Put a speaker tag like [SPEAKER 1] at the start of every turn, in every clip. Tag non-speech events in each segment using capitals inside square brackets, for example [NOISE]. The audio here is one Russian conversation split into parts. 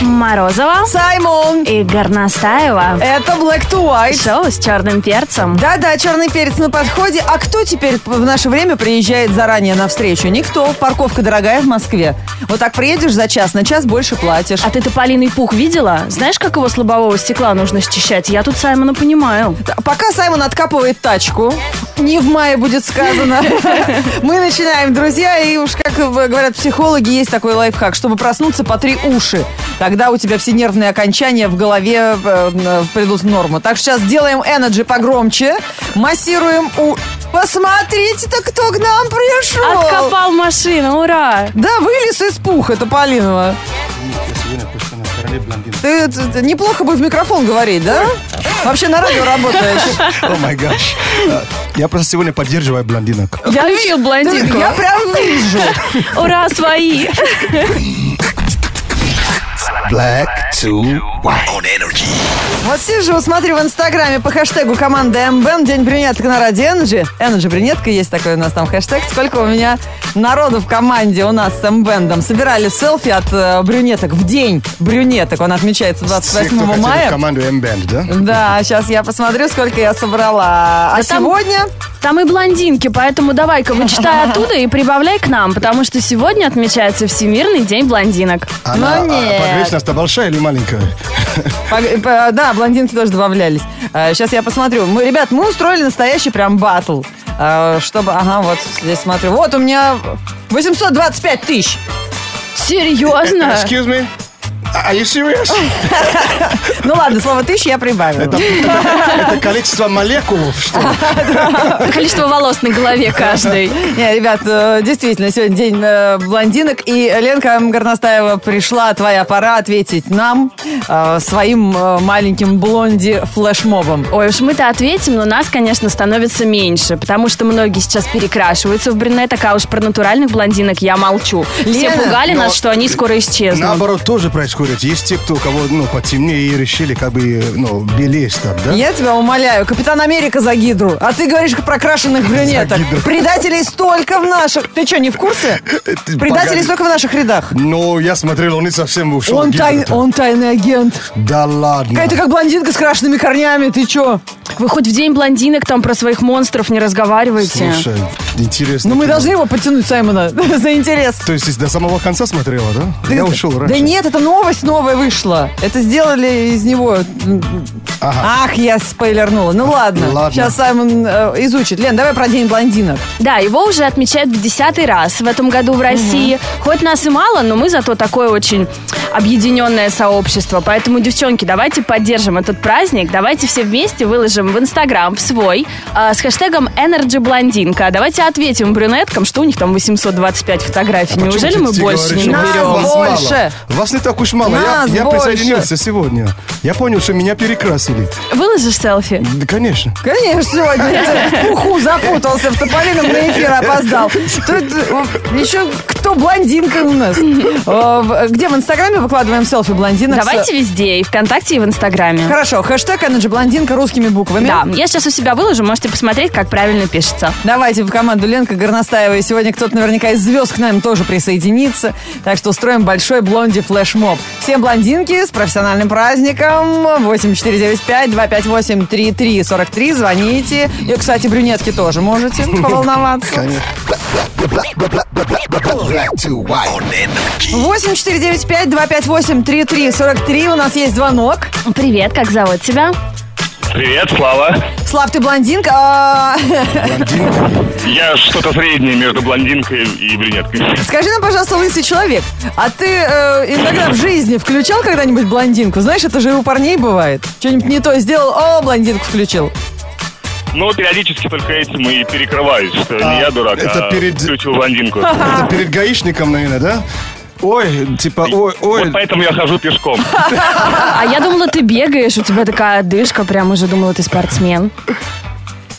[SPEAKER 1] Морозова
[SPEAKER 2] Саймон.
[SPEAKER 1] и Горностаева.
[SPEAKER 2] Это Black to White.
[SPEAKER 1] Шоу с черным перцем.
[SPEAKER 2] Да-да, черный перец на подходе. А кто теперь в наше время приезжает заранее на встречу? Никто. Парковка дорогая в Москве. Вот так приедешь за час, на час больше платишь.
[SPEAKER 1] А ты тополиный пух видела? Знаешь, как его с лобового стекла нужно счищать? Я тут Саймона понимаю.
[SPEAKER 2] Т- Пока Саймон откапывает тачку, не в мае будет сказано, [LAUGHS] мы начинаем, друзья, и уж как э, говорят психологи, есть такой лайфхак, чтобы проснуться по три уши. Тогда у тебя все нервные окончания в голове э, э, придут в норму. Так что сейчас делаем энерджи погромче, массируем у... Посмотрите-то, кто к нам пришел!
[SPEAKER 1] Откопал машину, ура!
[SPEAKER 2] Да, вылез из пуха Тополинова. Ты, ты- ты неплохо бы в микрофон говорить, да? Вообще на радио работаешь.
[SPEAKER 3] [LAUGHS] [LAUGHS] О май гаш. Э, Я просто сегодня поддерживаю блондинок.
[SPEAKER 1] Я видел блондинку.
[SPEAKER 2] Я прям вижу.
[SPEAKER 1] Ура, свои!
[SPEAKER 3] Black to white. On energy.
[SPEAKER 2] Вот сижу, смотрю в Инстаграме по хэштегу команда МБМ День брюнетка на ради Energy. Energy брюнетка, есть такой у нас там хэштег. Сколько у меня народу в команде у нас с МБэндом. Собирали селфи от э, брюнеток в день брюнеток. Он отмечается
[SPEAKER 3] Все, кто
[SPEAKER 2] 28
[SPEAKER 3] хотели в
[SPEAKER 2] мая. Ну
[SPEAKER 3] команду M-Band, да?
[SPEAKER 2] Да, сейчас я посмотрю, сколько я собрала. А
[SPEAKER 1] Да там-
[SPEAKER 2] сегодня...
[SPEAKER 1] Там и блондинки, поэтому давай-ка вычитай оттуда и прибавляй к нам, потому что сегодня отмечается Всемирный день блондинок.
[SPEAKER 3] Она
[SPEAKER 2] Ну, нет.
[SPEAKER 3] подвесность большая или маленькая?
[SPEAKER 2] Пог- э, по- Да, блондинки тоже добавлялись. Сейчас я посмотрю. Мы, ребят, мы устроили настоящий прям батл. Э, Чтобы, ага, вот здесь смотрю. Вот у меня 825 тысяч.
[SPEAKER 1] Серьезно?
[SPEAKER 3] Excuse me? Are
[SPEAKER 2] [LAUGHS]
[SPEAKER 3] you serious?
[SPEAKER 2] Ну ладно, слово тысяча я прибавила.
[SPEAKER 3] Это количество молекул, что ли?
[SPEAKER 1] Количество волос на голове каждой.
[SPEAKER 2] [LAUGHS] Не, ребят, э, действительно, сегодня день э, блондинок. И Ленка М. Горностаева пришла, твоя пора ответить нам э, своим э, маленьким блонди флешмобом.
[SPEAKER 1] Ой, уж мы-то ответим, но нас, конечно, становится меньше, потому что многие сейчас перекрашиваются в брюнеток, а уж про натуральных блондинок я молчу. Все
[SPEAKER 2] Лена,
[SPEAKER 1] пугали
[SPEAKER 3] но-
[SPEAKER 1] нас, что они скоро исчезнут.
[SPEAKER 3] Наоборот, тоже происходит. Есть те, кто у кого ну, потемнее и решили как бы ну, белее стать, да?
[SPEAKER 2] Я тебя умоляю, Капитан Америка за гидру, а ты говоришь про крашеных брюнеток.
[SPEAKER 3] гидру.
[SPEAKER 2] Предателей столько в наших... Ты что, не в курсе?
[SPEAKER 3] [LAUGHS]
[SPEAKER 2] Предателей
[SPEAKER 3] Ты погоди.
[SPEAKER 2] столько в наших рядах.
[SPEAKER 3] Но Ну, я смотрел, он и совсем ушел.
[SPEAKER 2] Он,
[SPEAKER 3] где-то
[SPEAKER 2] тай-
[SPEAKER 3] там.
[SPEAKER 2] он тайный агент.
[SPEAKER 3] Да ладно.
[SPEAKER 2] Какая-то как блондинка с крашенными корнями, ты чё?
[SPEAKER 1] Вы хоть в день блондинок там про своих монстров не разговариваете.
[SPEAKER 3] Слушай, интересно.
[SPEAKER 2] Ну мы
[SPEAKER 3] кино.
[SPEAKER 2] должны его подтянуть, Саймона, [LAUGHS] за интерес.
[SPEAKER 3] То есть ты до самого конца смотрела, да? я ушел раньше.
[SPEAKER 2] Да нет, это новость новая вышла. Это сделали из него.
[SPEAKER 3] Ага.
[SPEAKER 2] Ах, я спойлернула. Ну ладно.
[SPEAKER 3] Ладно.
[SPEAKER 2] Сейчас Саймон э, изучит. Лен, давай про день блондинок.
[SPEAKER 1] Да, его уже отмечают в десятый раз в этом году в России. Хоть нас и мало, но мы зато такое очень объединенное сообщество. Поэтому, девчонки, давайте поддержим этот праздник. Давайте все вместе выложим в Инстаграм, в свой, э, с хэштегом EnergyBlondinka. Давайте ответим брюнеткам, что у них там 825 фотографий.
[SPEAKER 3] А Почему
[SPEAKER 1] Неужели
[SPEAKER 3] ты-
[SPEAKER 1] мы
[SPEAKER 3] ты
[SPEAKER 1] больше
[SPEAKER 3] говоришь,
[SPEAKER 1] не
[SPEAKER 3] что
[SPEAKER 2] наберем?
[SPEAKER 3] Вас
[SPEAKER 2] Нас
[SPEAKER 3] мало?
[SPEAKER 2] больше.
[SPEAKER 3] Вас не так уж мало. Я,
[SPEAKER 2] Нас
[SPEAKER 3] я
[SPEAKER 2] больше.
[SPEAKER 3] присоединился сегодня. Я понял, что меня перекрасили.
[SPEAKER 1] Выложишь селфи?
[SPEAKER 3] Да, конечно.
[SPEAKER 2] Конечно, сегодня ты в пуху запутался, в тополином на эфир опоздал. Тут э, еще кто блондинка у нас? Э, в- Где в Инстаграме выкладываем селфи блондинок? с-
[SPEAKER 1] Давайте везде, и ВКонтакте, и в Инстаграме.
[SPEAKER 2] Хорошо, хэштег Energy Блондинка русскими буквами.
[SPEAKER 1] Да, я сейчас у себя выложу, можете посмотреть, как правильно пишется.
[SPEAKER 2] Давайте в команду Ленка Горностаева. И сегодня кто-то наверняка из звезд к нам тоже присоединится. Так что устроим большой блонди флешмоб. Всем блондинки с профессиональным праздником. 8495-258-3343. Звоните. И, кстати, брюнетки тоже можете поволноваться.
[SPEAKER 3] Black to white.
[SPEAKER 2] 8495-258-3343. У нас есть звонок.
[SPEAKER 1] Привет, как зовут тебя?
[SPEAKER 4] Привет, Слава.
[SPEAKER 2] Слав, ты блондинка? А, [LAUGHS]
[SPEAKER 4] Я что-то среднее между блондинкой и брюнеткой.
[SPEAKER 2] Скажи нам, пожалуйста, лысый человек, а ты э, иногда в жизни включал когда-нибудь блондинку? Знаешь, это же и у парней бывает. Что-нибудь не то сделал, о, блондинку включил.
[SPEAKER 4] Но периодически только этим и перекрываюсь, что
[SPEAKER 3] А,
[SPEAKER 4] не я дурак,
[SPEAKER 3] это
[SPEAKER 4] а
[SPEAKER 3] перед-
[SPEAKER 4] включил блондинку.
[SPEAKER 3] [LAUGHS]
[SPEAKER 1] А.
[SPEAKER 3] Это перед гаишником, наверное, да? Ой, типа, ой, ой.
[SPEAKER 4] Вот поэтому я хожу пешком.
[SPEAKER 1] А я думала, ты бегаешь, у тебя такая дышка, прям уже думала, ты спортсмен.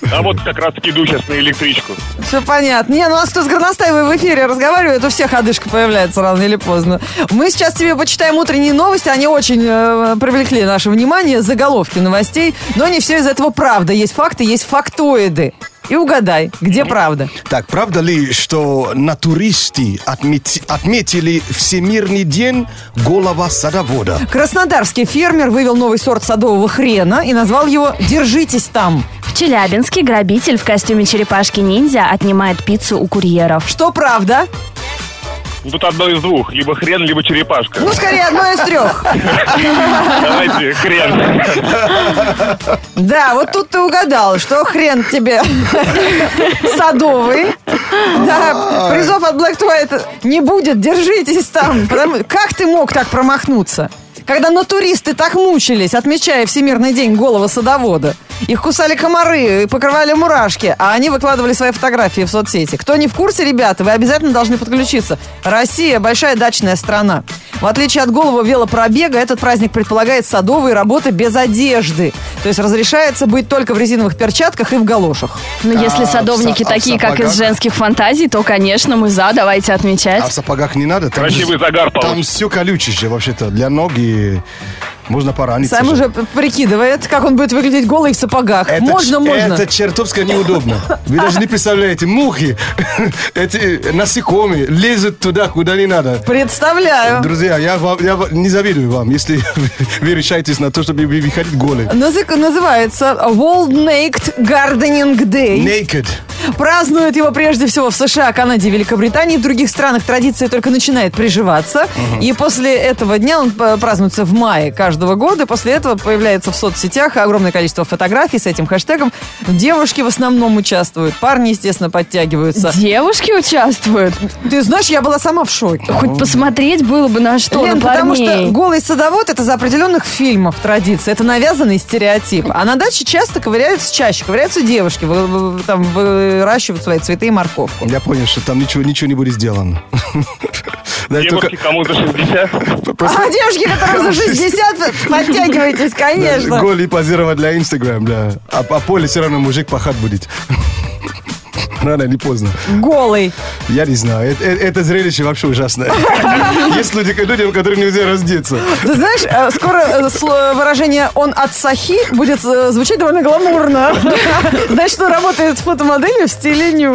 [SPEAKER 4] А вот как раз таки иду сейчас на электричку.
[SPEAKER 2] Все понятно. Не, ну у нас кто с Горностаевой в эфире разговаривает, у всех одышка появляется рано или поздно. Мы сейчас тебе почитаем утренние новости, они очень э, привлекли наше внимание, заголовки новостей, но не все из этого правда. Есть факты, есть фактоиды. и угадай, где правда.
[SPEAKER 3] Так, правда ли, что натуристы отмети- отметили Всемирный день голова садовода?
[SPEAKER 2] Краснодарский фермер вывел новый сорт садового хрена и назвал его «Держитесь там».
[SPEAKER 1] В Челябинске грабитель в костюме черепашки-ниндзя отнимает пиццу у курьеров.
[SPEAKER 2] Что правда?
[SPEAKER 4] Тут одно из двух. Либо хрен, либо
[SPEAKER 3] [LAUGHS]
[SPEAKER 4] черепашка.
[SPEAKER 2] Ну, скорее, одно из трех.
[SPEAKER 4] Давайте хрен.
[SPEAKER 2] Да, вот тут ты угадал, что хрен тебе [LAUGHS] садовый. Да, призов от Black to White не будет, держитесь там. Потому- Как ты мог так промахнуться? Когда натуристы так мучились, отмечая Всемирный день голого садовода. Их кусали комары, и покрывали мурашки, а они выкладывали свои фотографии в соцсети. Кто не в курсе, ребята, вы обязательно должны подключиться. Россия – большая дачная страна. В отличие от голого велопробега, этот праздник предполагает садовые работы без одежды. То есть разрешается быть только в резиновых перчатках и в галошах.
[SPEAKER 1] Ну, если
[SPEAKER 3] а в
[SPEAKER 1] садовники
[SPEAKER 3] са- а в
[SPEAKER 1] такие, как из
[SPEAKER 3] сапогах?
[SPEAKER 1] женских фантазий, то, конечно, мы за, давайте
[SPEAKER 3] А в
[SPEAKER 1] отмечать.
[SPEAKER 3] сапогах не надо? Там,
[SPEAKER 4] Красивый загар
[SPEAKER 3] там
[SPEAKER 4] получится.
[SPEAKER 3] все колючее же вообще-то. Для ноги можно пораниться.
[SPEAKER 2] Сам
[SPEAKER 3] же.
[SPEAKER 2] уже п- прикидывает, как он будет выглядеть голый в сапогах.
[SPEAKER 3] Это
[SPEAKER 2] можно,
[SPEAKER 3] ч-
[SPEAKER 2] можно.
[SPEAKER 3] Это чертовски неудобно. Вы даже не представляете, мухи, [LAUGHS] эти насекомые лезут туда, куда не надо.
[SPEAKER 2] Представляю.
[SPEAKER 3] Друзья, я, вам, я вам- не завидую вам, если [LAUGHS] вы решаетесь на то, чтобы вы- выходить голые.
[SPEAKER 2] Назы- называется World Naked Gardening Day.
[SPEAKER 3] Naked.
[SPEAKER 2] Празднуют его прежде всего в США, Канаде, Великобритании. В других странах традиция только начинает приживаться. И после этого дня он э, празднуется в мае каждого года. После этого появляется в соцсетях огромное количество фотографий с этим хэштегом. Девушки в основном участвуют. Парни, естественно, подтягиваются.
[SPEAKER 1] Девушки участвуют.
[SPEAKER 2] Ты знаешь, я была сама в шоке.
[SPEAKER 1] Хоть посмотреть было бы на что,
[SPEAKER 2] Лен,
[SPEAKER 1] на
[SPEAKER 2] потому что
[SPEAKER 1] парней.
[SPEAKER 2] голый садовод это за определенных фильмов традиция, это навязанный стереотип. А на даче часто ковыряются чаще, ковыряются девушки, вы- вы- там выращивают свои цветы и морковку.
[SPEAKER 3] Я понял, что там ничего, ничего не будет сделано. [LAUGHS] Да, только-
[SPEAKER 4] Девушки кому за 60?
[SPEAKER 3] просто
[SPEAKER 2] А девушки, которым за 60, подтягивайтесь, конечно.
[SPEAKER 3] голые позировать для Инстаграм, да. А по поле все равно мужик пахать будет. [LAUGHS] Рано или поздно.
[SPEAKER 2] Голый.
[SPEAKER 3] Я не знаю. Это, это- это зрелище вообще ужасное. [LAUGHS] Есть люди, людям, которым нельзя раздеться.
[SPEAKER 2] Ты знаешь, э, скоро э, сло- выражение «он от сахи» будет э, звучать довольно гламурно. [LAUGHS] Значит, он работает с фотомоделью в стиле ню.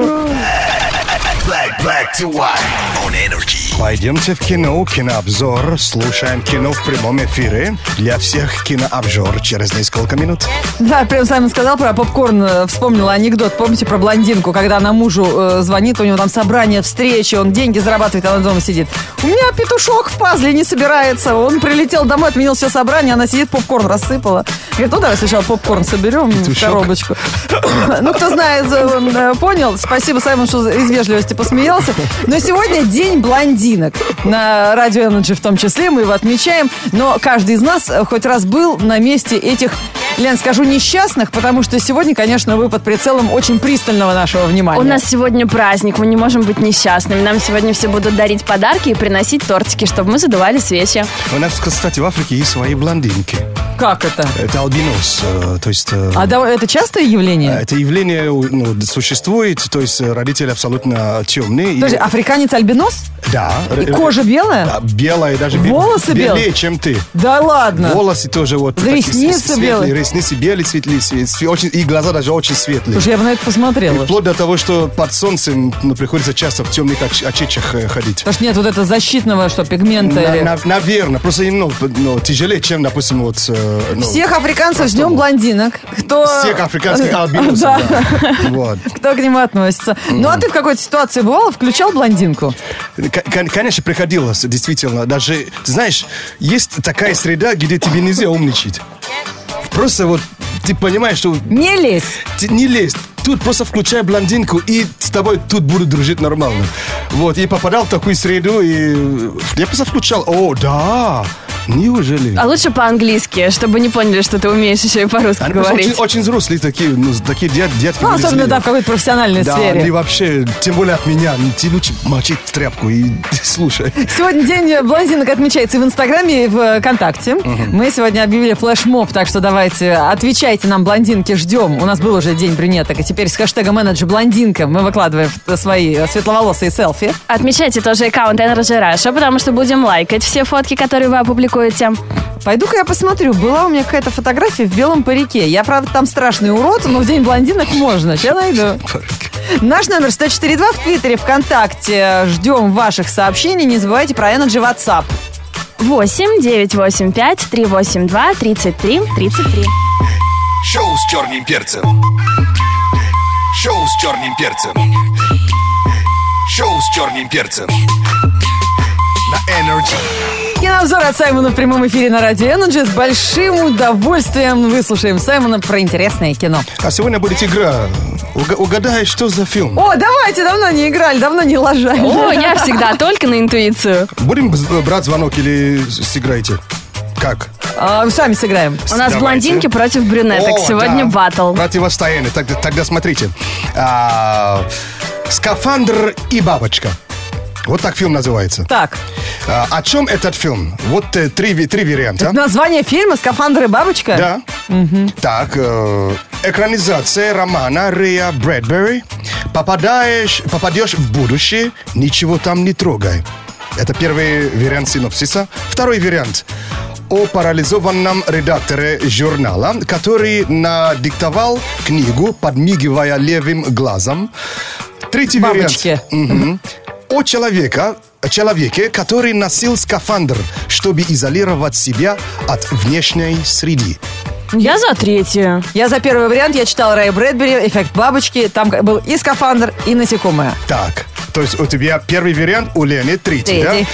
[SPEAKER 5] Black, black to white on energy.
[SPEAKER 3] Пойдемте в кино, кинообзор. Слушаем кино в прямом эфире. Для всех кинообзор через несколько минут.
[SPEAKER 2] Да, прям Саймон сказал про попкорн, э, вспомнила анекдот. Помните про блондинку, когда она мужу э, звонит, у него там собрание, встречи, он деньги зарабатывает, она дома сидит. У меня петушок в пазле не собирается. Он прилетел домой, отменил все собрание, она сидит, попкорн рассыпала. Говорит, ну давай сначала попкорн соберем в
[SPEAKER 3] Петушок.
[SPEAKER 2] коробочку. [COUGHS] Ну, кто знает, э, э, понял. Спасибо, Саймон, что из вежливости посмеялся. Но сегодня день блондинок. На Радио Energy в том числе мы его отмечаем. Но каждый из нас э, хоть раз был на месте этих, Лен, скажу, несчастных, потому что сегодня, конечно, вы под прицелом очень пристального нашего внимания.
[SPEAKER 1] У нас сегодня праздник, мы не можем быть несчастными. Нам сегодня все будут дарить подарки и приносить тортики, чтобы мы задували свечи.
[SPEAKER 3] У нас, кстати, в Африке есть свои блондинки.
[SPEAKER 2] Как это?
[SPEAKER 3] Это албинос. э, То есть... э,
[SPEAKER 2] А да, это частое явление?
[SPEAKER 3] Это явление ну, существует, то есть э, родители абсолютно темные. и-
[SPEAKER 2] Подожди, африканец альбинос?
[SPEAKER 3] да.
[SPEAKER 2] И
[SPEAKER 3] Р-
[SPEAKER 2] кожа белая?
[SPEAKER 3] Э, Да, белая, даже бе-
[SPEAKER 2] Волосы
[SPEAKER 3] белее,
[SPEAKER 2] белые?
[SPEAKER 3] чем ты.
[SPEAKER 2] Да ладно.
[SPEAKER 3] Волосы тоже вот
[SPEAKER 2] Да ресницы
[SPEAKER 3] светлые,
[SPEAKER 2] белые.
[SPEAKER 3] ресницы белые, светлые, све- све- очень, и глаза даже очень светлые.
[SPEAKER 2] Слушай, я бы на это посмотрела.
[SPEAKER 3] Вплоть до того, что под солнцем ну, приходится часто в темных оч- очечах э, ходить.
[SPEAKER 2] Потому что нет вот этого защитного, что пигмента. или-
[SPEAKER 3] наверное, просто им, ну, п- ну, тяжелее, чем, допустим, вот... э, ну,
[SPEAKER 2] Всех африканцев с днем
[SPEAKER 3] было?
[SPEAKER 2] блондинок. Кто...
[SPEAKER 3] всех африканских
[SPEAKER 2] [LAUGHS]
[SPEAKER 3] албиносов.
[SPEAKER 2] Да.
[SPEAKER 3] да. Вот.
[SPEAKER 2] Кто к нему относится? Ну, а ты в какой-то ситуации бывала? Включал блондинку?
[SPEAKER 3] К- кон- Конечно, приходилось, действительно. Даже, ты знаешь, есть такая среда, где тебе нельзя умничать. Просто вот ты понимаешь, что
[SPEAKER 2] Не лезь.
[SPEAKER 3] ты не лезь. Тут просто включай блондинку, и с тобой тут будут дружить нормально. Вот, и попадал в такую среду, и я просто включал. О, да, неужели?
[SPEAKER 1] А лучше по-английски, чтобы не поняли, что ты умеешь еще и по-русски
[SPEAKER 3] Они просто очень,
[SPEAKER 1] говорить.
[SPEAKER 3] очень взрослые такие, ну, такие дяд, дядьки.
[SPEAKER 2] Ну,
[SPEAKER 3] были
[SPEAKER 2] особенно,
[SPEAKER 3] злые.
[SPEAKER 2] да, в какой-то профессиональной
[SPEAKER 3] Да, они
[SPEAKER 2] сфере.
[SPEAKER 3] вообще, тем более от меня, ну, ты лучше мочить в тряпку и [LAUGHS] слушай.
[SPEAKER 2] Сегодня день блондинок отмечается и в Инстаграме, и в э, ВКонтакте. Мы сегодня объявили флешмоб, так что давайте отвечайте нам, блондинки, ждем. У нас был уже день брюнеток, и теперь с хэштегом менеджер блондинка мы выкладываем э, свои э, светловолосые селфи.
[SPEAKER 1] Отмечайте тоже аккаунт Energy Russia, потому что будем лайкать все фотки, которые вы беспокоите.
[SPEAKER 2] Пойду-ка я посмотрю. Была у меня какая-то фотография в белом парике. Я, правда, там страшный урод, но в день блондинок можно. Сейчас найду. Наш номер 104.2 в Твиттере, ВКонтакте. Ждем ваших сообщений. Не забывайте про Energy WhatsApp.
[SPEAKER 1] 8 985 382 33 33.
[SPEAKER 5] Шоу с черным перцем. Шоу с черным перцем. Шоу с черным перцем. На Energy.
[SPEAKER 2] Кинообзор от Саймона в прямом эфире на Радио Energy. С большим удовольствием выслушаем Саймона про интересное кино.
[SPEAKER 3] А сегодня будет игра. Уга- Угадай, что за фильм.
[SPEAKER 2] О, давайте, давно не играли, давно не лажали.
[SPEAKER 1] О, я всегда только на интуицию.
[SPEAKER 3] Будем б- брать звонок или с- сыграете? Как?
[SPEAKER 2] А, сами сыграем.
[SPEAKER 1] У нас
[SPEAKER 3] Давайте.
[SPEAKER 1] блондинки против брюнеток.
[SPEAKER 3] О,
[SPEAKER 1] Сегодня
[SPEAKER 3] да.
[SPEAKER 1] батл.
[SPEAKER 3] Противостояние. Тогда, тогда смотрите. А, Скафандр и бабочка. Вот так фильм называется.
[SPEAKER 2] Так,
[SPEAKER 3] А, о чем этот фильм? Вот э, три, ви- три варианта.
[SPEAKER 2] название фильма «Скафандр и бабочка».
[SPEAKER 3] Да. Так, э, экранизация романа Рэя Брэдбери. Попадаешь, попадешь в будущее, ничего там не трогай. Это первый вариант синопсиса. Второй вариант о парализованном редакторе журнала, который надиктовал книгу, подмигивая левым глазом. Третий
[SPEAKER 2] Бабочки.
[SPEAKER 3] вариант. Мгм. О человека, человеке, который носил скафандр, чтобы изолировать себя от внешней среды.
[SPEAKER 1] Я за третье.
[SPEAKER 2] Я за первый вариант, я читал Рэй Брэдбери, «Эффект бабочки». Там был и скафандр, и насекомое.
[SPEAKER 3] Так, то есть у тебя первый вариант, у Лени третий,
[SPEAKER 2] Третий.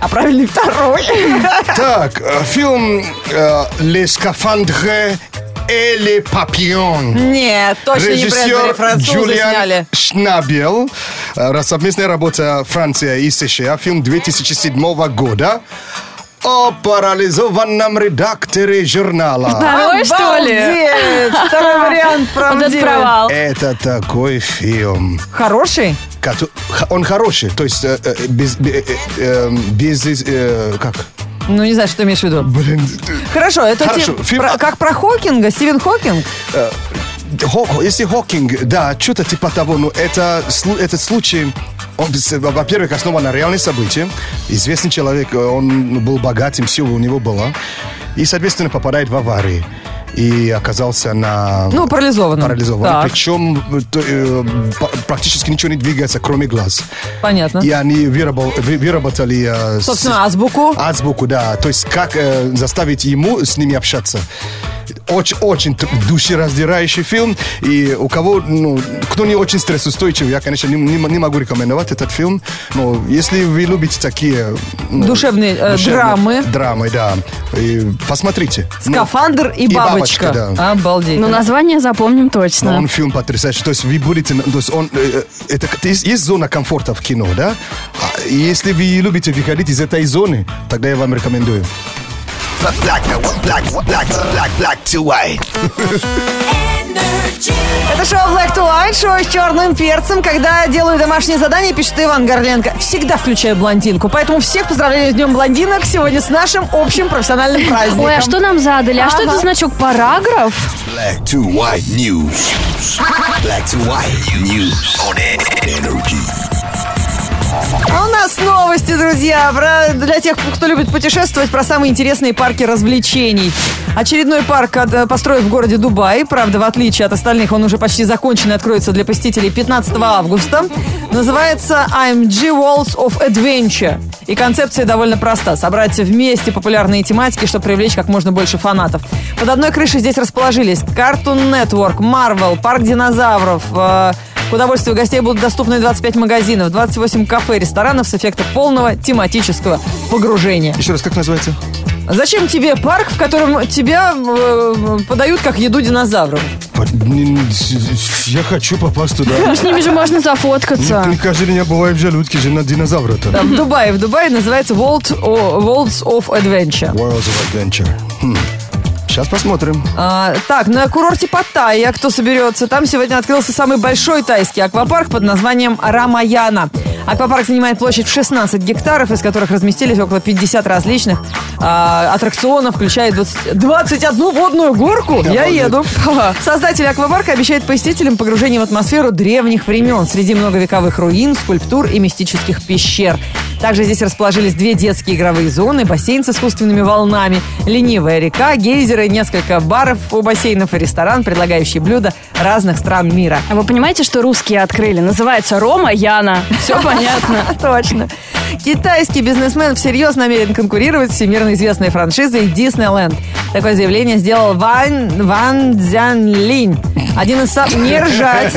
[SPEAKER 2] А правильный второй. [LAUGHS]
[SPEAKER 3] да? Так, э, фильм э, «Le Scaphandre et les Papillons».
[SPEAKER 2] Нет, точно не Брэдбери,
[SPEAKER 3] Режиссер
[SPEAKER 2] французы
[SPEAKER 3] Джулиан
[SPEAKER 2] сняли.
[SPEAKER 3] Шнабел. Э, раз- Совместная работа Франция и США. Фильм 2007 года о парализованном редакторе журнала.
[SPEAKER 2] [LAUGHS]
[SPEAKER 1] Второй, что ли?
[SPEAKER 2] Обалдеть! Второй вариант
[SPEAKER 1] [LAUGHS] Вот этот
[SPEAKER 2] правдивый.
[SPEAKER 1] провал.
[SPEAKER 3] Это такой фильм.
[SPEAKER 2] Хороший?
[SPEAKER 3] кото- х- Он хороший, то есть э, э, без... бе- э, э, без из- э, как?
[SPEAKER 2] Ну, не знаю, что ты имеешь в виду.
[SPEAKER 3] Блин, э,
[SPEAKER 2] Хорошо, это
[SPEAKER 3] Хорошо,
[SPEAKER 2] тип-
[SPEAKER 3] фильм-
[SPEAKER 2] про- как про Хокинга, Стивен Хокинг?
[SPEAKER 3] Хо- если Хокинг, да, что-то типа того, но это, слу- этот случай, он, с- во-первых, основан на реальных событиях. Известный человек, э, он был богатым, все у него было. И, соответственно, попадает в аварии. И оказался на...
[SPEAKER 2] Ну, парализованным.
[SPEAKER 3] парализованным.
[SPEAKER 2] Так.
[SPEAKER 3] Причем э, то, э, па- практически ничего не двигается, кроме глаз.
[SPEAKER 2] Понятно.
[SPEAKER 3] И они вырабо- вы- выработали... э, с-
[SPEAKER 2] Собственно, азбуку.
[SPEAKER 3] Азбуку, да. То есть как э, заставить ему с ними общаться. Очень, очень тр- душераздирающий фильм. И у кого, ну, кто не очень стрессоустойчив, я, конечно, не, не м- не могу рекомендовать этот фильм. Но если вы любите такие... ну,
[SPEAKER 2] Душевные, э, драмы.
[SPEAKER 3] Драмы, да. И посмотрите. Ну,
[SPEAKER 2] Скафандр и
[SPEAKER 3] и
[SPEAKER 2] бабочка.
[SPEAKER 3] бабочка, да.
[SPEAKER 2] Обалдеть.
[SPEAKER 1] Ну, название запомним
[SPEAKER 3] но
[SPEAKER 1] точно.
[SPEAKER 3] он фильм потрясающий. То есть вы будете... на- То есть он... э, э, это, как- есть, есть зона комфорта в кино, да? А Если вы любите выходить из этой зоны, тогда я вам рекомендую.
[SPEAKER 5] Black, black, black, black, black, black to white.
[SPEAKER 2] Это шоу Black to White, шоу с черным перцем. Когда делаю домашние задания, пишет Иван Горленко. Всегда включаю блондинку. Поэтому всех поздравляю с Днем блондинок сегодня с нашим общим профессиональным праздником.
[SPEAKER 1] Ой, а что нам задали? А что это значок параграф?
[SPEAKER 5] Black to white news. Black to white news on Energy.
[SPEAKER 2] А у нас новости, друзья, про- для тех, кто любит путешествовать, про самые интересные парки развлечений. Очередной парк от- э, построен в городе Дубай. Правда, в отличие от остальных, он уже почти закончен и откроется для посетителей 15 августа. Называется IMG Walls of Adventure. И концепция довольно проста. Собрать вместе популярные тематики, чтобы привлечь как можно больше фанатов. Под одной крышей здесь расположились Cartoon Network, Marvel, Парк динозавров, э, к удовольствию гостей будут доступны 25 магазинов, 28 кафе, ресторанов с эффектом полного тематического погружения.
[SPEAKER 3] Еще раз, как называется?
[SPEAKER 2] Зачем тебе парк, в котором тебя э, подают как еду динозавров?
[SPEAKER 3] Под- не- не- Я хочу попасть туда.
[SPEAKER 1] С ними же можно зафоткаться.
[SPEAKER 3] Не каждый день я бываю в желудке, жена динозавра-то.
[SPEAKER 2] Да, в Дубае. В Дубае называется World о- Worlds of Adventure.
[SPEAKER 3] Worlds of Adventure. Сейчас посмотрим.
[SPEAKER 2] А, так, на курорте Паттайя, кто соберется, там сегодня открылся самый большой тайский аквапарк под названием Рамаяна. Аквапарк занимает площадь в 16 гектаров, из которых разместились около 50 различных а, аттракционов, включая 20 21 водную горку. Я
[SPEAKER 3] Обалдеть.
[SPEAKER 2] еду. Создатели аквапарка обещают посетителям погружение в атмосферу древних времен среди многовековых руин, скульптур и мистических пещер. Также здесь расположились две детские игровые зоны, бассейн с искусственными волнами, ленивая река, гейзеры, несколько баров у бассейнов и ресторан, предлагающий блюда разных стран мира.
[SPEAKER 1] А вы понимаете, что русские открыли? Называется Рома Яна. Все понятно.
[SPEAKER 2] [LAUGHS] Точно. Китайский бизнесмен всерьез намерен конкурировать с всемирно известной франшизой Диснейленд. Такое заявление сделал Ван, Ван Цзянлинь. Один из сам... Не ржать.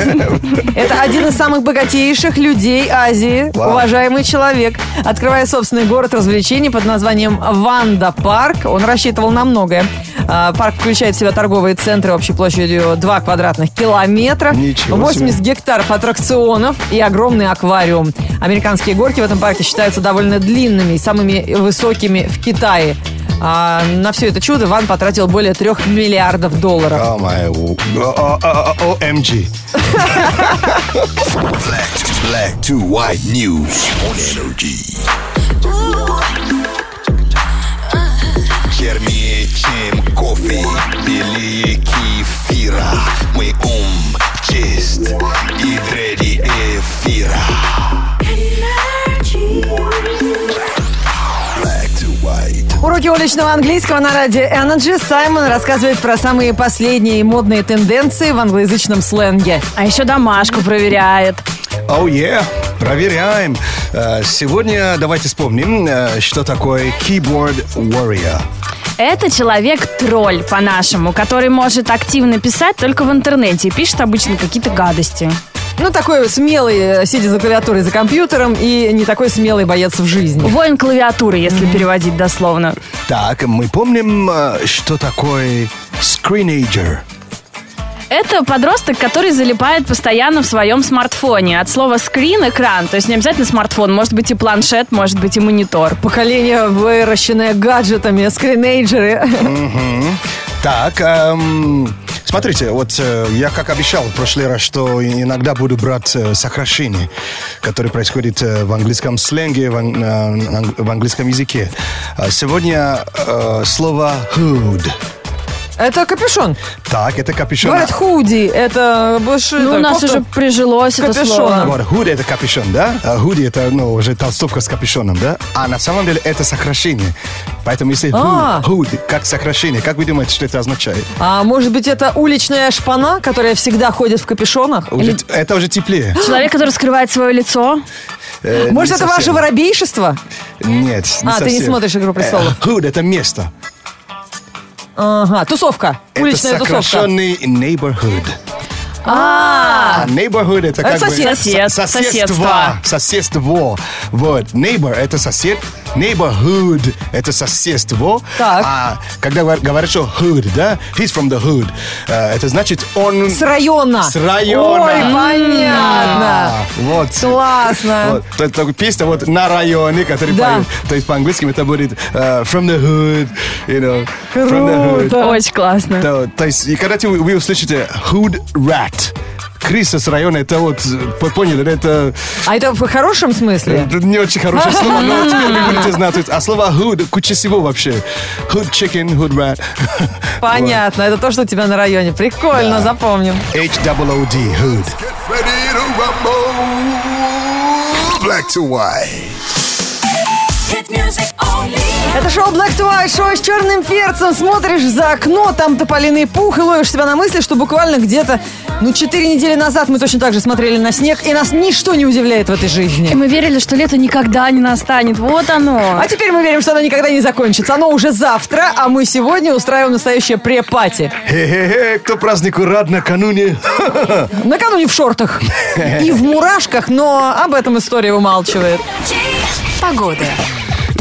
[SPEAKER 2] Это один из самых богатейших людей Азии.
[SPEAKER 3] Вау.
[SPEAKER 2] Уважаемый человек. Открывая собственный город развлечений под названием Ванда Парк, он рассчитывал на многое. А, Парк включает в себя торговые центры общей площадью 2 квадратных километра,
[SPEAKER 3] Ничего
[SPEAKER 2] 80
[SPEAKER 3] себе.
[SPEAKER 2] гектаров аттракционов и огромный аквариум. Американские горки в этом парке считаются довольно длинными и самыми высокими в Китае. А на все это чудо Ван потратил более трех миллиардов долларов.
[SPEAKER 3] О, май, о, о, о, о, OMG.
[SPEAKER 5] Black to, black to white news on energy. Чернее, чем кофе, белее кефира. Мы ум чист и треди эфира. Black to white.
[SPEAKER 2] Уроки уличного английского на радио Energy Саймон рассказывает про самые последние модные тенденции в англоязычном сленге.
[SPEAKER 1] А еще домашку проверяет.
[SPEAKER 3] Оу, Oh, yeah, проверяем. Э, Сегодня давайте вспомним, э, что такое keyboard warrior.
[SPEAKER 1] Это человек-тролль, по-нашему, который может активно писать только в интернете и пишет обычно какие-то гадости.
[SPEAKER 2] Ну, такой смелый, э, сидя за клавиатурой, за компьютером, и не такой смелый боец в жизни.
[SPEAKER 1] Воин клавиатуры, если переводить дословно.
[SPEAKER 3] Так, мы помним, э, что такое screenager.
[SPEAKER 1] Это подросток, который залипает постоянно в своем смартфоне. От слова скрин экран, то есть не обязательно смартфон, может быть и планшет, может быть и монитор.
[SPEAKER 2] Поколение, выращенное гаджетами, скринейджеры. [LAUGHS]
[SPEAKER 3] Так, эм, смотрите, вот э, я как обещал в прошлый раз, что иногда буду брать э, сокращение, которое происходит э, в английском сленге, в, ан- э, ан- в английском языке. Э, Сегодня э, слово hood.
[SPEAKER 2] Это капюшон.
[SPEAKER 3] Так, это капюшон.
[SPEAKER 2] Говорят, худи. Это больше...
[SPEAKER 1] Ну,
[SPEAKER 2] это
[SPEAKER 1] у нас
[SPEAKER 2] кофта.
[SPEAKER 1] уже прижилось это
[SPEAKER 2] капюшон.
[SPEAKER 1] слово.
[SPEAKER 3] Вот, худи это капюшон, да? А Худи это, ну, уже толстовка с капюшоном, да? А на самом деле это сокращение. Поэтому если
[SPEAKER 2] А.
[SPEAKER 3] худ, худ, как сокращение, как вы думаете, что это означает?
[SPEAKER 2] А может быть, это уличная шпана, которая всегда ходит в капюшонах?
[SPEAKER 3] Уже- Это уже теплее.
[SPEAKER 1] Человек, который скрывает свое лицо.
[SPEAKER 3] Э,
[SPEAKER 2] [GASPS] Может,
[SPEAKER 3] не
[SPEAKER 2] это ваше
[SPEAKER 3] совсем.
[SPEAKER 2] воробейшество?
[SPEAKER 3] Нет,
[SPEAKER 2] А, ты не смотришь «Игру престолов».
[SPEAKER 3] Худ это место.
[SPEAKER 2] Ага, тусовка. Уличная
[SPEAKER 3] это
[SPEAKER 2] тусовка.
[SPEAKER 3] сокращенный neighborhood.
[SPEAKER 2] А,
[SPEAKER 3] А neighborhood это как бы...
[SPEAKER 1] сосед. Сосед,
[SPEAKER 3] со- соседство. Соседство. Вот. Neighbor это сосед. Neighborhood это соседство.
[SPEAKER 2] Так.
[SPEAKER 3] А когда говор- говорят, что hood, да? He's from the hood. э, Это значит он...
[SPEAKER 2] с района.
[SPEAKER 3] С района.
[SPEAKER 2] Ой,
[SPEAKER 3] М.
[SPEAKER 2] понятно.
[SPEAKER 3] А, Вот.
[SPEAKER 2] Классно.
[SPEAKER 3] Вот. То есть такая песня вот на районе, который
[SPEAKER 2] Да.
[SPEAKER 3] поют. То есть по-английски это будет э, from the hood, you know, from the hood.
[SPEAKER 2] Круто. Да.
[SPEAKER 1] Очень классно.
[SPEAKER 3] То, то есть, и когда ты- вы, услышите Hood Rat, крыса с района, это вот, э, поняли, да, это,
[SPEAKER 2] А это в хорошем смысле?
[SPEAKER 3] это не очень хорошее слово, но теперь вы будете знать. То есть, А слово hood куча всего вообще. Hood chicken, hood rat.
[SPEAKER 2] Понятно, это то, что у тебя на районе. Прикольно, запомним.
[SPEAKER 3] H-O-O-D, hood.
[SPEAKER 5] Ready to rumble. Black to white.
[SPEAKER 6] Hit music only.
[SPEAKER 2] Это шоу Black to White, шоу с черным перцем. Смотришь за окно, там тополиный пух, и ловишь себя на мысли, что буквально где-то, ну, четыре недели назад мы точно так же смотрели на снег, и нас ничто не удивляет в этой
[SPEAKER 1] И
[SPEAKER 2] жизни.
[SPEAKER 1] мы верили, что лето никогда не настанет. Вот оно.
[SPEAKER 2] А теперь мы верим, что оно никогда не закончится. Оно уже завтра, а мы сегодня устраиваем настоящее пре-пати.
[SPEAKER 3] Хе-хе-хе, кто празднику рад накануне?
[SPEAKER 2] Накануне в шортах и в мурашках, но об этом история умалчивает.
[SPEAKER 6] Погода.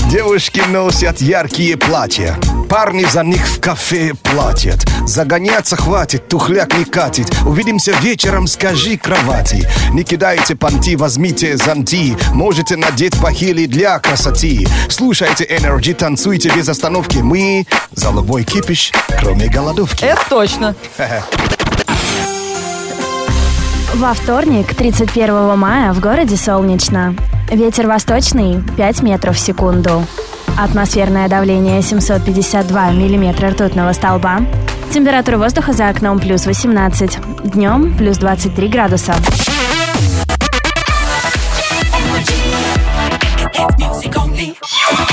[SPEAKER 3] Девушки носят яркие платья. Парни за них в кафе платят. Загоняться хватит, тухляк не катит. Увидимся вечером, скажи кровати. Не кидайте понти, возьмите зонти. Можете надеть пахили для красоты. Слушайте Energy, танцуйте без остановки. Мы за любой кипиш, кроме голодовки. [LAUGHS]
[SPEAKER 2] Это точно.
[SPEAKER 7] Во вторник, 31 мая, в городе солнечно. Ветер восточный 5 метров в секунду. Атмосферное давление 752 миллиметра ртутного столба. Температура воздуха за окном плюс 18. Днем плюс 23 градуса.
[SPEAKER 6] Energy. Hit music only.